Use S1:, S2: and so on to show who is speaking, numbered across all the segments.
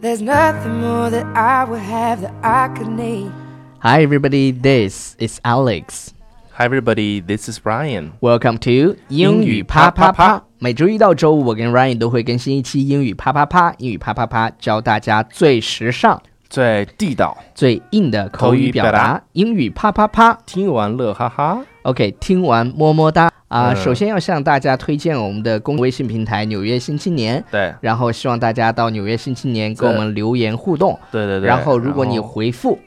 S1: There's nothing more that I would have that I could need.
S2: Hi, everybody. This is Alex.
S3: Hi everybody, this is Ryan。
S2: Welcome to 英语啪啪啪。每周一到周五，我跟 Ryan 都会更新一期英语啪啪啪。英语啪啪啪，教大家最时尚、
S3: 最地道，
S2: 最硬的口语表
S3: 口语表
S2: 达。英语啪啪啪。
S3: 听完乐哈哈。
S2: OK，听完么么哒啊！
S3: 嗯
S2: 首先要向大家推荐我们的公微信平台《纽约新青年》，
S3: 对
S2: 然后希望大家到《纽约新青年》跟我们留言互动。
S3: 对对对。
S2: 然后，如果你回复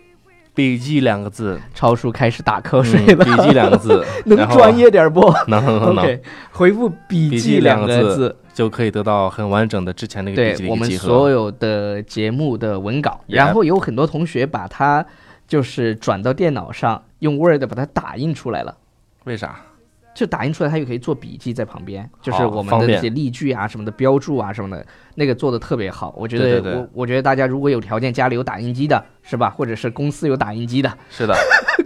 S3: 笔记两个字，
S2: 超叔开始打瞌
S3: 嗯
S2: 睡了，，
S3: 笔记两个字
S2: 能
S3: 然后啊
S2: 专业点儿不
S3: 能 能能
S2: ？OK，回复笔记
S3: 笔记
S2: 两
S3: 两个字
S2: 个字。
S3: 就可以得到很完整的之前那个笔
S2: 对
S3: 记的
S2: 我
S3: 一个
S2: 们
S3: 集
S2: 所
S3: 合。
S2: 有的节目的文稿，
S3: Yep
S2: 然后有很多同学把它就是转到电脑上，用 Word 把它打印出来了。
S3: 为啥？
S2: 就打印出来，它又可以做笔记在旁边，就是
S3: 好
S2: 我们
S3: 方
S2: 的
S3: 便
S2: 那些例句啊、什么的标注啊、什么的，那个做的特别好。我觉得
S3: 对对对
S2: 我我觉得大家如果有条件，家里有打印机的，是吧？或者是公司有打印机的，
S3: 是的，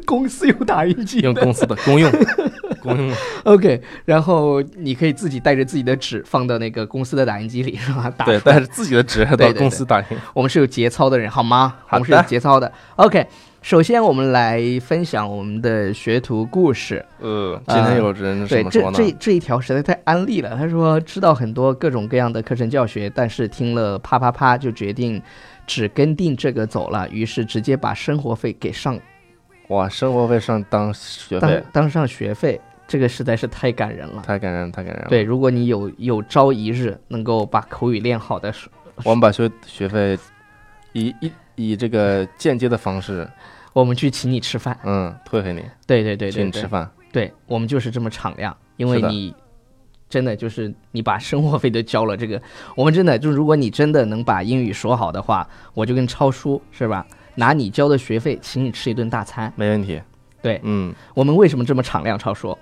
S2: 公司有打印机
S3: 用公司的公用， 公用
S2: OK，然后你可以自己带着自己的纸放到那个公司的打印机里，是吧？打
S3: 对，
S2: 出来
S3: 带着自己的纸
S2: 对
S3: 到
S2: 对
S3: 公司打印。
S2: 我们是有节操的人，好吗？
S3: 好的
S2: 我们是有节操的。OK，首先我们来分享我们的学徒故事。
S3: 呃，今天有人
S2: 对
S3: 怎，么
S2: 这
S3: 说呢？
S2: 这这一条实在太安利了。他说知道很多各种各样的课程教学，但是听了啪啪啪就决定只跟定这个走了，于是直接把生活费给上
S3: 哇，生活费上当学
S2: 当
S3: 费，
S2: 当上学费，这个实在是太感人了。
S3: 太感人，太感人了。
S2: 对，如果你有有朝一日能够把口语练好的时候，
S3: 我们把学学费以以以这个间接的方式，
S2: 我们去请你吃饭。
S3: 嗯，退给你，
S2: 对对对对
S3: 请
S2: 对，
S3: 你吃饭。
S2: 对我们就是这么敞亮，因为
S3: 是的
S2: 你真的就是你把生活费都交了，这个我们真的就是如果你真的能把英语说好的话，我就跟超叔是吧，拿你交的学费请你吃一顿大餐。
S3: 没问题。
S2: 对
S3: 嗯，
S2: 我们为什么这么敞亮？超 叔，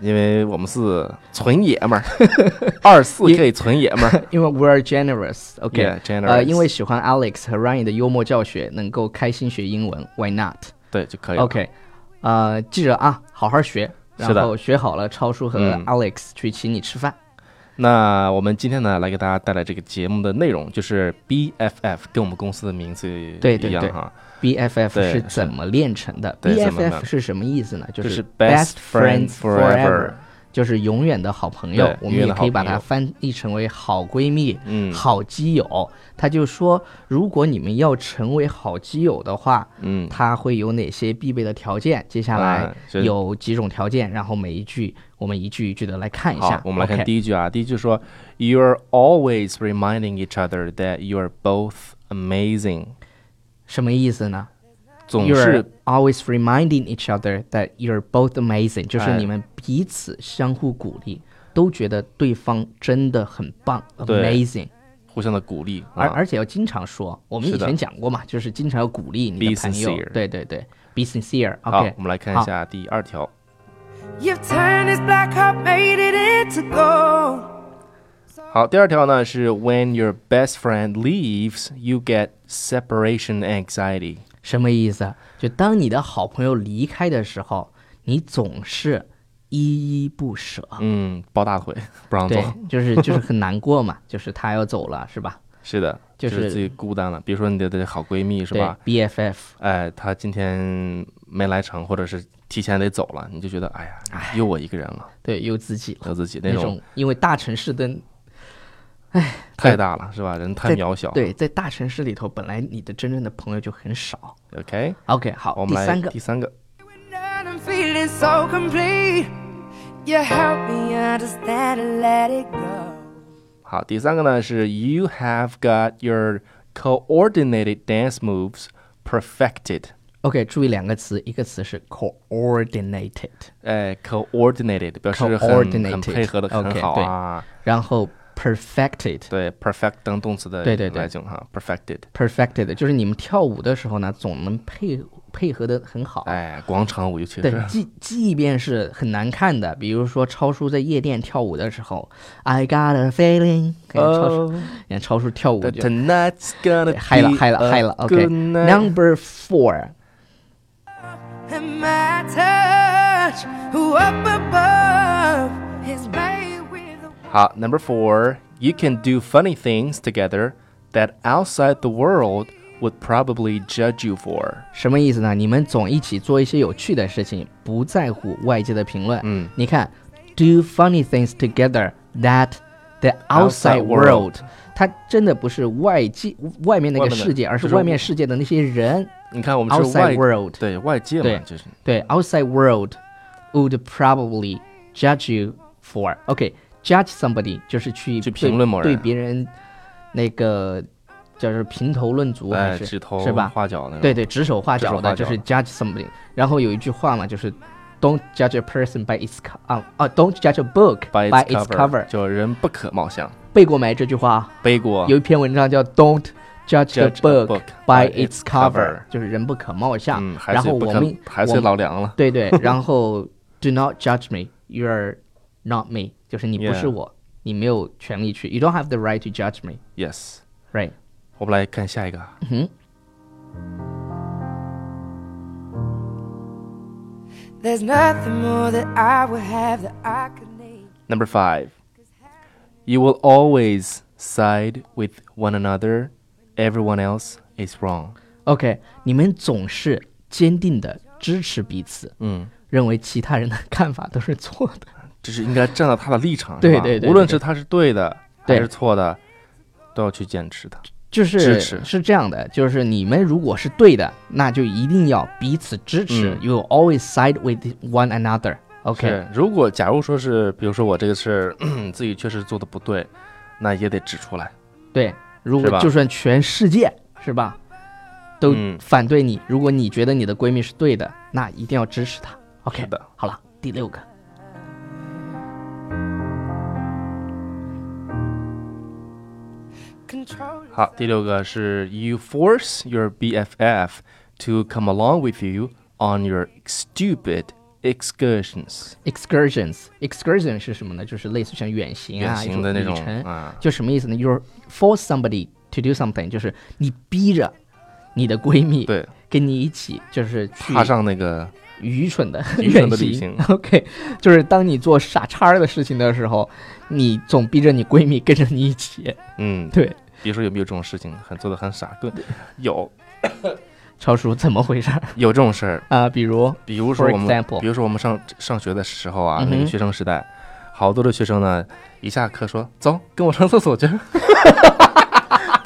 S3: 因为我们是纯爷们儿， 二四 K 纯爷们 儿。
S2: 因为 we're generous，OK、
S3: Yeah，generous
S2: 呃，因为喜欢 Alex 和 Ryan 的幽默教学，能够开心学英文，Why not？
S3: 对就可以了。
S2: OK，呃，记着啊，好好学，然
S3: 哎是的
S2: 后学好了，超叔和
S3: 嗯
S2: Alex 去请你吃饭。
S3: 那我们今天呢，来给大家带来这个节目的内容，就是 BFF，跟我们公司的名字一样
S2: 对对对
S3: 哈，
S2: BFF
S3: 对
S2: 是怎么炼成的
S3: 对怎么炼
S2: ？BFF 是什么意思呢？就
S3: 就是 best
S2: friends
S3: friends forever
S2: 就是永远的好朋友
S3: 对。
S2: 我们
S3: 永
S2: 也
S3: 远的
S2: 可以
S3: 好
S2: 把
S3: 朋
S2: 它
S3: 友
S2: 翻译成为好闺蜜、
S3: 嗯
S2: 好基友。他就说，如果你们要成为好基友的话，
S3: 嗯，
S2: 他会有哪些必备的条件？接下来
S3: 啊是
S2: 有几种条件，然后每一句我们一句一句的来看一下
S3: 好。，我们来看
S2: OK
S3: 第一句啊，第一句说，You're always reminding each other that you're both amazing，
S2: 什么意思呢？
S3: 总
S2: You're
S3: 是
S2: always reminding each other that you're both amazing，就是
S3: 哎
S2: 你们彼此相互鼓励，都觉得对方真的很棒
S3: 对
S2: ，amazing。
S3: 互相的鼓励
S2: 而
S3: 啊，
S2: 而且要经常说，我们
S3: 是
S2: 以
S3: 的
S2: 前讲过嘛，就是经常要鼓励你的
S3: Be
S2: 朋友。
S3: sincere
S2: 对对对，be sincere。
S3: 好
S2: OK，，
S3: 我们来看一下第二条。
S1: You've turned this black heart, made it into gold.
S3: 好，第二条呢是 When your best friend leaves, you get separation anxiety。
S2: 什么意思？就当你的好朋友离开的时候，你总是依依不舍。
S3: 嗯，抱大腿 不让
S2: 啊对
S3: 走。，
S2: 就是就是很难过嘛，就是他要走了，是吧？
S3: 是的，
S2: 就
S3: 就是是自己孤单了。比如说你的的好闺蜜是
S2: 对
S3: 吧？
S2: ，BFF。
S3: 哎，她今天没来成，或者是提前得走了，你就觉得哎呀，又我一个人了，
S2: 对，有自己了
S3: 我自己
S2: 那
S3: 那种
S2: 种，因为大城市的
S3: 太大了是吧？人太
S2: 在
S3: 渺小。
S2: 对，在大城市里头，本来你的真正的朋友就很少。
S3: ，OK，
S2: OK，好，
S3: 我
S2: 第
S3: 们来
S2: 三个
S3: 第三个，
S1: And I'm feeling so complete. You help me understand and let it go.
S3: 好，第三个呢是 You have got your coordinated dance moves perfected。
S2: ，OK，注意两个词，一个词是 coordinated，
S3: 哎，coordinated 表示很
S2: Coordinated，
S3: 很配合的
S2: OK，
S3: 很好啊。
S2: 然后 perfected。
S3: 对 p e r f e c t 当动词的
S2: 对对对
S3: 来讲哈，perfected。
S2: perfected 就是你们跳舞的时候呢，总能配配合的很好。
S3: 哎，广场舞尤其
S2: 对
S3: 是，
S2: 即即便是很难看的，比如说超叔在夜店跳舞的时候，I got a feeling，看见超叔，
S3: 哦
S2: 看见超叔跳舞就
S3: tonight's gonna
S2: 对嗨了嗨了
S3: be a
S2: 嗨了
S3: good night
S2: ，OK，number four。
S1: And my touch, who up above, is made with a
S3: 好，Number four，you can do funny things together that outside the world would probably judge you for.
S2: 什么意思呢？你们总一起做一些有趣的事情，不在乎外界的评论。
S3: 嗯，
S2: 你看，do funny things together that the outside
S3: Outside world
S2: world，它真的不是外界外面那
S3: 外
S2: 个
S3: 面的
S2: 世界，而是
S3: 就是
S2: 外面世界的那些人。
S3: 你看我们是外
S2: outside world，
S3: 对外界嘛，
S2: 对。
S3: 就是
S2: 对，outside world would probably judge you for。OK，judge、somebody 就是去对
S3: 去评论某人
S2: 对别人那个就是评头论足还
S3: 哎，
S2: 是
S3: 指头
S2: 是吧
S3: 画脚那种。
S2: 对对，指手画
S3: 指手
S2: 脚的
S3: 画
S2: 就
S3: 脚
S2: 是 judge somebody。然后有一句话嘛，就是 don't judge a person by its co- 啊啊，don't judge a book
S3: ，by
S2: by
S3: its
S2: cover。
S3: 就人不可貌相。
S2: 背过没这句话？
S3: 背过
S2: 有一篇文章叫 don't judge a
S3: 啊 judge a
S2: book
S3: book
S2: by
S3: by its
S2: its
S3: cover
S2: cover，就是人不可貌相。
S3: 嗯，还
S2: 然
S3: 是
S2: 后
S3: 不
S2: 我
S3: 可
S2: 们，
S3: 还
S2: 我
S3: 是
S2: 们
S3: 老梁了。
S2: 对 对，然后 do not judge me, you are not me，就是你不
S3: Yeah.
S2: 是我，你没有权利去，you don't have the right to judge me,
S3: Yes，
S2: right？
S3: 我们来看下一个。
S2: 嗯哼，
S1: There's nothing more that I would have that I could need.
S3: Number five, you will always side with one another. Everyone else is wrong.
S2: OK，你们总是坚定的支持彼此，
S3: 嗯，
S2: 认为其他人的看法都是错的。
S3: 就是应该站到他的立场，
S2: 对
S3: 是吧
S2: 对对对
S3: 无论是他是对的还
S2: 对
S3: 是错的，都要去坚持他。
S2: 就是
S3: 支持
S2: 是这样的，就是你们如果是对的，那就一定要彼此支持、
S3: 嗯
S2: y o u always side with one another。OK，
S3: 是，如果假如说是，比如说我这个事儿自己确实做的不对，那也得指出来。
S2: 对，如
S3: 是吧
S2: 果就算全世界是吧，都
S3: 嗯
S2: 反对你，如果你觉得你的闺蜜是对的，那一定要支持她。OK，
S3: 是的
S2: 好了，第六个，
S1: Control
S3: 好，第六个是 you force your BFF to come along with you on your stupid excursions，
S2: excursions。excursion 是什么呢？就是类似像远行
S3: 远
S2: 啊，
S3: 行的那
S2: 一
S3: 种
S2: 旅程，
S3: 啊，
S2: 就什么意思呢？You're force somebody to do something，就是你逼着你的闺蜜
S3: 对，
S2: 跟你一起，就是去
S3: 踏上那个
S2: 愚蠢的
S3: 愚蠢的
S2: 远
S3: 旅
S2: 行
S3: 行。
S2: OK，就是当你做傻叉儿的事情的时候，你总逼着你闺蜜跟着你一起。
S3: 嗯，
S2: 对，
S3: 比如说有没有这种事情，很做的很傻，对，有
S2: 超叔怎么回事儿
S3: 有这种事儿，
S2: 啊？比如，
S3: 比如说
S2: For
S3: 我们
S2: example
S3: 比如说我们上上学的时候啊，
S2: 嗯哼
S3: 那个学生时代，好多的学生呢，一下课说走，跟我上 厕所去，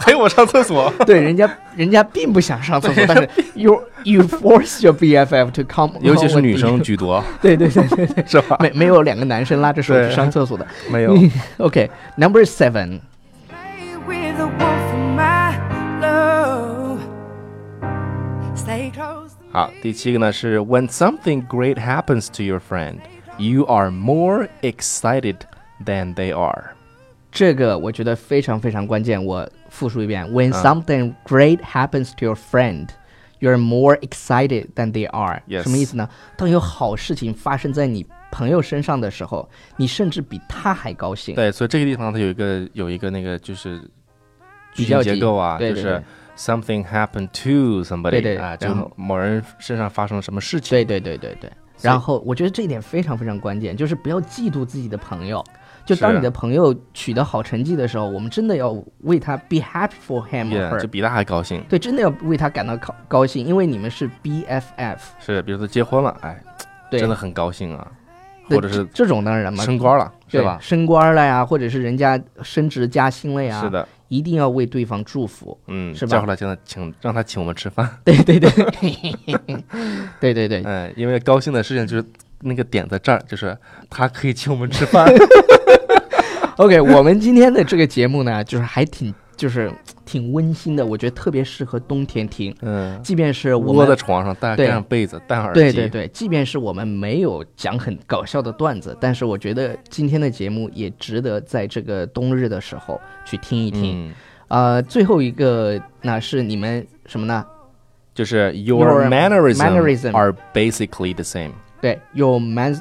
S3: 陪我上厕所，
S2: 对人家，人家并不想上厕所， 但是 you you force your BFF to come，
S3: 尤其是
S2: along with
S3: 女
S2: you
S3: 生。居多，
S2: 对对对对对，
S3: 是 吧？
S2: 没没有两个男生拉着手
S3: 对
S2: 去上厕所的。
S3: 没有。
S2: OK，number、seven，
S1: Play with the one for my love. Stay close. to
S3: 好，第七个呢是 When something great happens to your friend, you are more excited than they are。
S2: 这个我觉得非常非常关键。我复述一遍：When
S3: 啊
S2: something great happens to your friend, you're more excited than they are。
S3: Yes
S2: 什么意思呢？当有好事情发生在你朋友身上的时候，你甚至比他还高兴。
S3: 对，所以这个地方它有一个有一个那个就是
S2: 比
S3: 句型
S2: 较
S3: 结
S2: 级
S3: 构啊，
S2: 对
S3: 就
S2: 对
S3: 是
S2: 对
S3: something happened to somebody，
S2: 对对
S3: 啊，就
S2: 然后
S3: 某人身上发生了什么事情。
S2: 对对对对对。
S3: 所以
S2: 然后我觉得这一点非常非常关键，就是不要嫉妒自己的朋友。就是
S3: 啊
S2: 当你的朋友取得好成绩的时候，我们真的要为他 be happy for him or
S3: Yeah，
S2: her。
S3: 就比他还高兴。
S2: 对，真的要为他感到高高兴，因为你们是 BFF，
S3: 是，比如说结婚了，哎，
S2: 对，
S3: 真的很高兴啊，
S2: 对
S3: 或者
S2: 这
S3: 是
S2: 这种当然嘛，
S3: 升官了，
S2: 对
S3: 是吧？
S2: 升官了呀，或者是人家升职加薪了呀，
S3: 是，的，
S2: 一定要为对方祝福。
S3: 嗯，
S2: 是吧
S3: 叫回来现在请让他请我们吃饭，
S2: 对对对，对对对，
S3: 哎，因为高兴的事情就是那个点在这儿，就是他可以请我们吃 饭。
S2: OK，我们今天的这个节目呢，就是还挺就是挺温馨的，我觉得特别适合冬天听，
S3: 嗯，
S2: 即便是我
S3: 窝在
S2: 们。
S3: 床上，戴
S2: 对
S3: 盖上被子，戴上耳机，
S2: 对对对，即便是我们没有讲很搞笑的段子，但是我觉得今天的节目也值得在这个冬日的时候去听一听。
S3: 嗯，
S2: 呃，最后一个那是你们什么呢？
S3: 就是 your
S2: Your
S3: mannerism
S2: mannerism
S3: are basically the same。
S2: 对，your man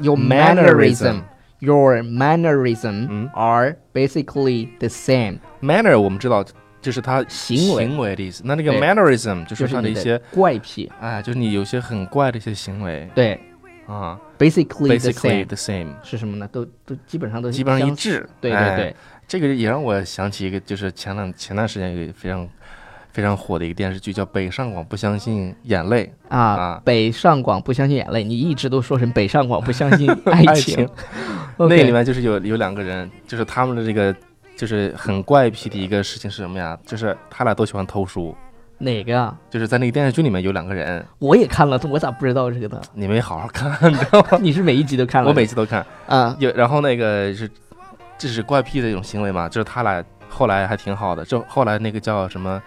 S2: your
S3: Mannerism
S2: mannerism your mannerism
S3: 嗯
S2: are basically the same，
S3: manner 我们知道就是他
S2: 行为
S3: 行为的意思，那这个
S2: 对
S3: mannerism 就
S2: 就是
S3: 他
S2: 你
S3: 一些
S2: 怪癖。
S3: 哎，就是你有些很怪的一些行为。
S2: 对，
S3: 啊
S2: basically the same
S3: ，basically the same，
S2: 是什么呢？都都基本上都
S3: 基本上一
S2: 相似。
S3: 致。
S2: 对对
S3: 哎
S2: 对，
S3: 这个也让我想起一个，就是前两前段时间有一个非常非常火的一个电视剧，叫《北上广不相信眼泪》
S2: 啊
S3: 啊，
S2: 北上广不相信眼泪，你一直都说成北上广不相信爱
S3: 爱
S2: 情
S3: 情。
S2: OK
S3: 那里面就是有有两个人，就是他们的这个就是很怪癖的一个事情是什么呀？就是他俩都喜欢偷书，
S2: 哪个啊？
S3: 就是在那个电视剧里面有两个人，
S2: 我也看了，我咋不知道这个呢？
S3: 你没好好看，你知道吗？
S2: 你是每一集都看了？
S3: 我每次都看，
S2: 啊
S3: 有然后那个是这是怪癖的一种行为嘛，就是他俩后来还挺好的，就后来那个叫什么，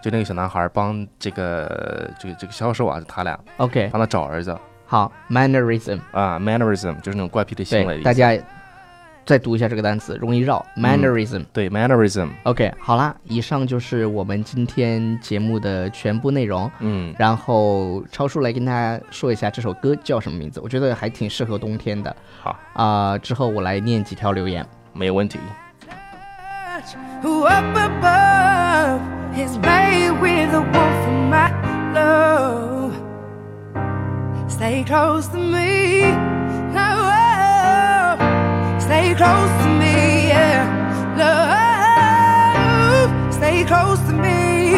S3: 就那个小男孩帮这个这个这个销售啊，他俩
S2: ，OK，
S3: 帮他找儿子
S2: 好，mannerism，
S3: 啊，mannerism 就是那种怪癖的行
S2: 对，
S3: 为意思，
S2: 大家再读一下这个单词，容易绕，mannerism。
S3: 嗯对 mannerism，
S2: OK，好啦，以上就是我们今天节目的全部内容。
S3: 嗯，
S2: 然后超叔来跟大家说一下这首歌叫什么名字，我觉得还挺适合冬天的。
S3: 好
S2: 啊、之后我来念几条留言。
S3: 没有问题。
S1: who up above is made with a one for my love. Stay close to me, love. Stay close to me, yeah, love. Stay close to me,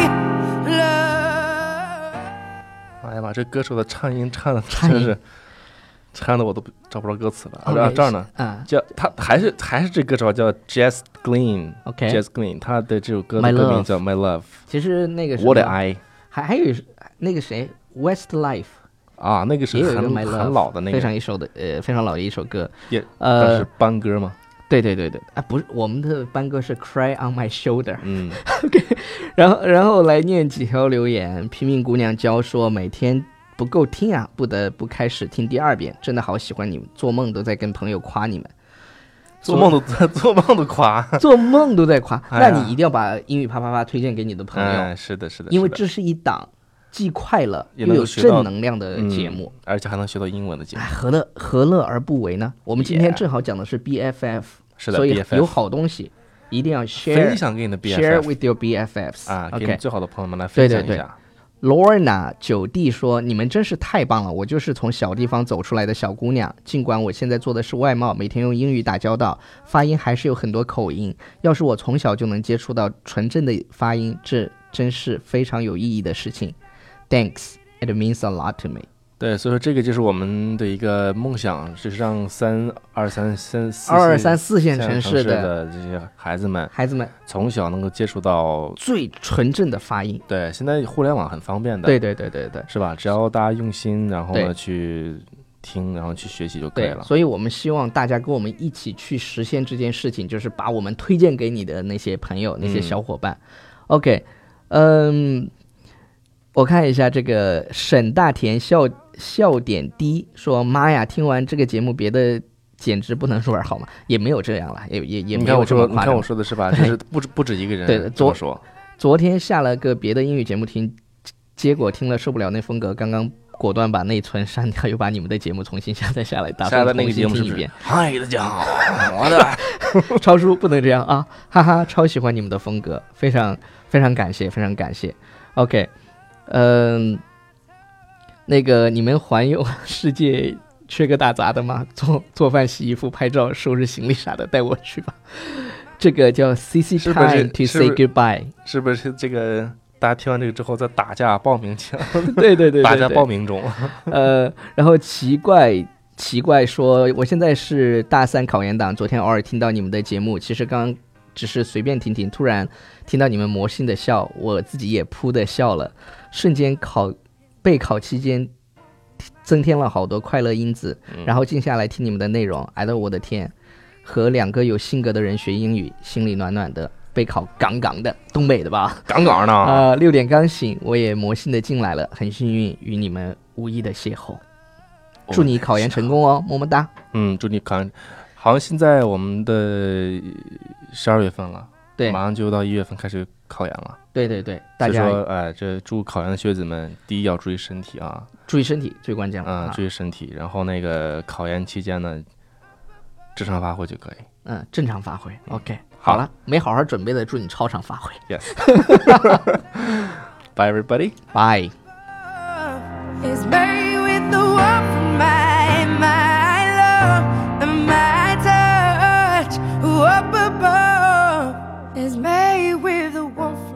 S1: love.
S3: 哎呀妈，这歌手的颤音唱的
S2: 颤音
S3: 真是，唱的我都不找不着歌词了。
S2: OK，
S3: 啊，这儿呢，
S2: 嗯
S3: 叫他还是还是这歌手叫 Jazz Glean。
S2: ，OK，
S3: Jazz Green，他的这首歌
S2: My
S3: 的歌
S2: Love
S3: 名叫《My Love
S2: 其实那个》，什
S3: 我的
S2: 么
S3: 爱
S2: 还还有那个谁，Westlife
S3: 啊，那个是
S2: 也有一个
S3: 很
S2: My Love，
S3: 很老的那
S2: 非
S3: 个，
S2: 常一首的呃非常老的一首歌。
S3: 也但
S2: 呃
S3: 是，班歌嘛，
S2: 对对对对，啊不是我们的班歌是 Cry on My Shoulder。
S3: 嗯，
S2: 然后然后来念几条留言。拼命姑娘娇说每天不够听啊，不得不开始听第二遍，真的好喜欢你们，做梦都在跟朋友夸你们，
S3: 做梦 都做梦都夸。
S2: 做梦都在夸。
S3: 哎呀
S2: 那你一定要把英语啪啪啪推荐给你的朋友，
S3: 嗯，是的，是的，
S2: 因为
S3: 是的
S2: 这是一档既快乐
S3: 也
S2: 又
S3: 能
S2: 有
S3: 学
S2: 正
S3: 到
S2: 能量的节目。，
S3: 嗯而且还能学到英文的节目
S2: 哎，，何乐何乐而不为呢？我们今天
S3: Yeah
S2: 正好讲的是 BFF，
S3: 是的
S2: 所以
S3: ，BFF
S2: 有好东西一定要 share
S3: 分享给你的
S2: share
S3: BFF
S2: with your BFFs
S3: 啊，给你
S2: OK，
S3: 最好的朋友们来
S2: 对对
S3: 分享一
S2: 对
S3: 下。
S2: Lorna 九弟说：“你们真是太棒了！我就是从小地方走出来的小姑娘，尽管我现在做的是外贸，每天用英语打交道，发音还是有很多口音。要是我从小就能接触到纯正的发音，这真是非常有意义的事情。Thanks, it means a lot to me。
S3: 对，所以说这个就是我们的一个梦想，是让三二三三四
S2: 二二三
S3: 四
S2: 四线
S3: 线
S2: 城
S3: 市
S2: 市的
S3: 这些孩子们，
S2: 孩子们
S3: 从小能够接触到。
S2: 最纯正的发音。
S3: 对，现在互联网很方便的，
S2: 对对对对对
S3: 是吧？只要大家用心，然后
S2: 对
S3: 呢去听，然后去学习就可以
S2: 对，
S3: 了。
S2: 所以我们希望大家跟我们一起去实现这件事情，就是把我们推荐给你的那些朋友、那些小伙伴。OK，嗯，我看一下这个沈大田笑笑点低说：“妈呀，听完这个节目，别的简直不能入耳好吗？也没有这样了，也也也
S3: 你
S2: 没
S3: 看
S2: 有
S3: 我
S2: 这
S3: 说，
S2: 么
S3: 你
S2: 夸
S3: 看
S2: 张
S3: 我。说的是吧？就是不止不止一个人
S2: 对的
S3: 这
S2: 昨
S3: 么说，
S2: 昨天下了个别的英语节目听，结果听了受不了那风格，刚刚。”果断把内存删掉，又把你们的节目重新下载下来，打
S3: 下
S2: 算
S3: 的那
S2: 重
S3: 个节
S2: 新
S3: 目是
S2: 听一
S3: 不是
S2: 遍？？
S3: 嗨，大家好，我 的
S2: 超叔不能这样啊！哈哈，超喜欢你们的风格，非常非常感谢，非常感谢。OK，嗯、那个你们环游世界缺个打杂的吗？做做饭、洗衣服、拍照、收拾行李啥的，带我去吧。这个叫 CC
S3: 是不是
S2: time to
S3: 是不
S2: say
S3: 是
S2: goodbye。
S3: 是不是这个？大家听完这个之后再打架报名 去，
S2: 对对对对
S3: 打架
S2: 对
S3: 报名中。
S2: 呃，然后奇怪奇怪说，我现在是大三考研党，昨天偶尔听到你们的节目，其实刚只是随便听听，突然听到你们魔性的笑，我自己也噗的笑了，瞬间考备考期间增添了好多快乐因子，
S3: 嗯
S2: 然后静下来听你们的内容，哎呦我的天，和两个有性格的人学英语，心里暖暖的。备考杠杠的，东北的吧？
S3: 杠杠呢？
S2: 啊，六点刚醒，我也魔性的进来了，很幸运与你们无意的邂逅。祝你考
S3: 啊
S2: 研成功哦，么么哒。
S3: 嗯，祝你考研。好像现在我们的十二月份了，
S2: 对
S3: 马上就到一月份开始考研了。
S2: 对对对，大
S3: 所以说
S2: 家，
S3: 哎，这祝考研的学子们，第一要注意身体啊，
S2: 注意身体最关键了
S3: 啊，
S2: 啊。
S3: 注意身体。然后那个考研期间呢，正常发挥就可以。
S2: 嗯，正常发挥。OK，
S3: 好
S2: 好了，没好好准备的，祝你超常发挥。
S3: Yes. Bye everybody.
S2: Bye。
S1: It's made with the one for my is made with a one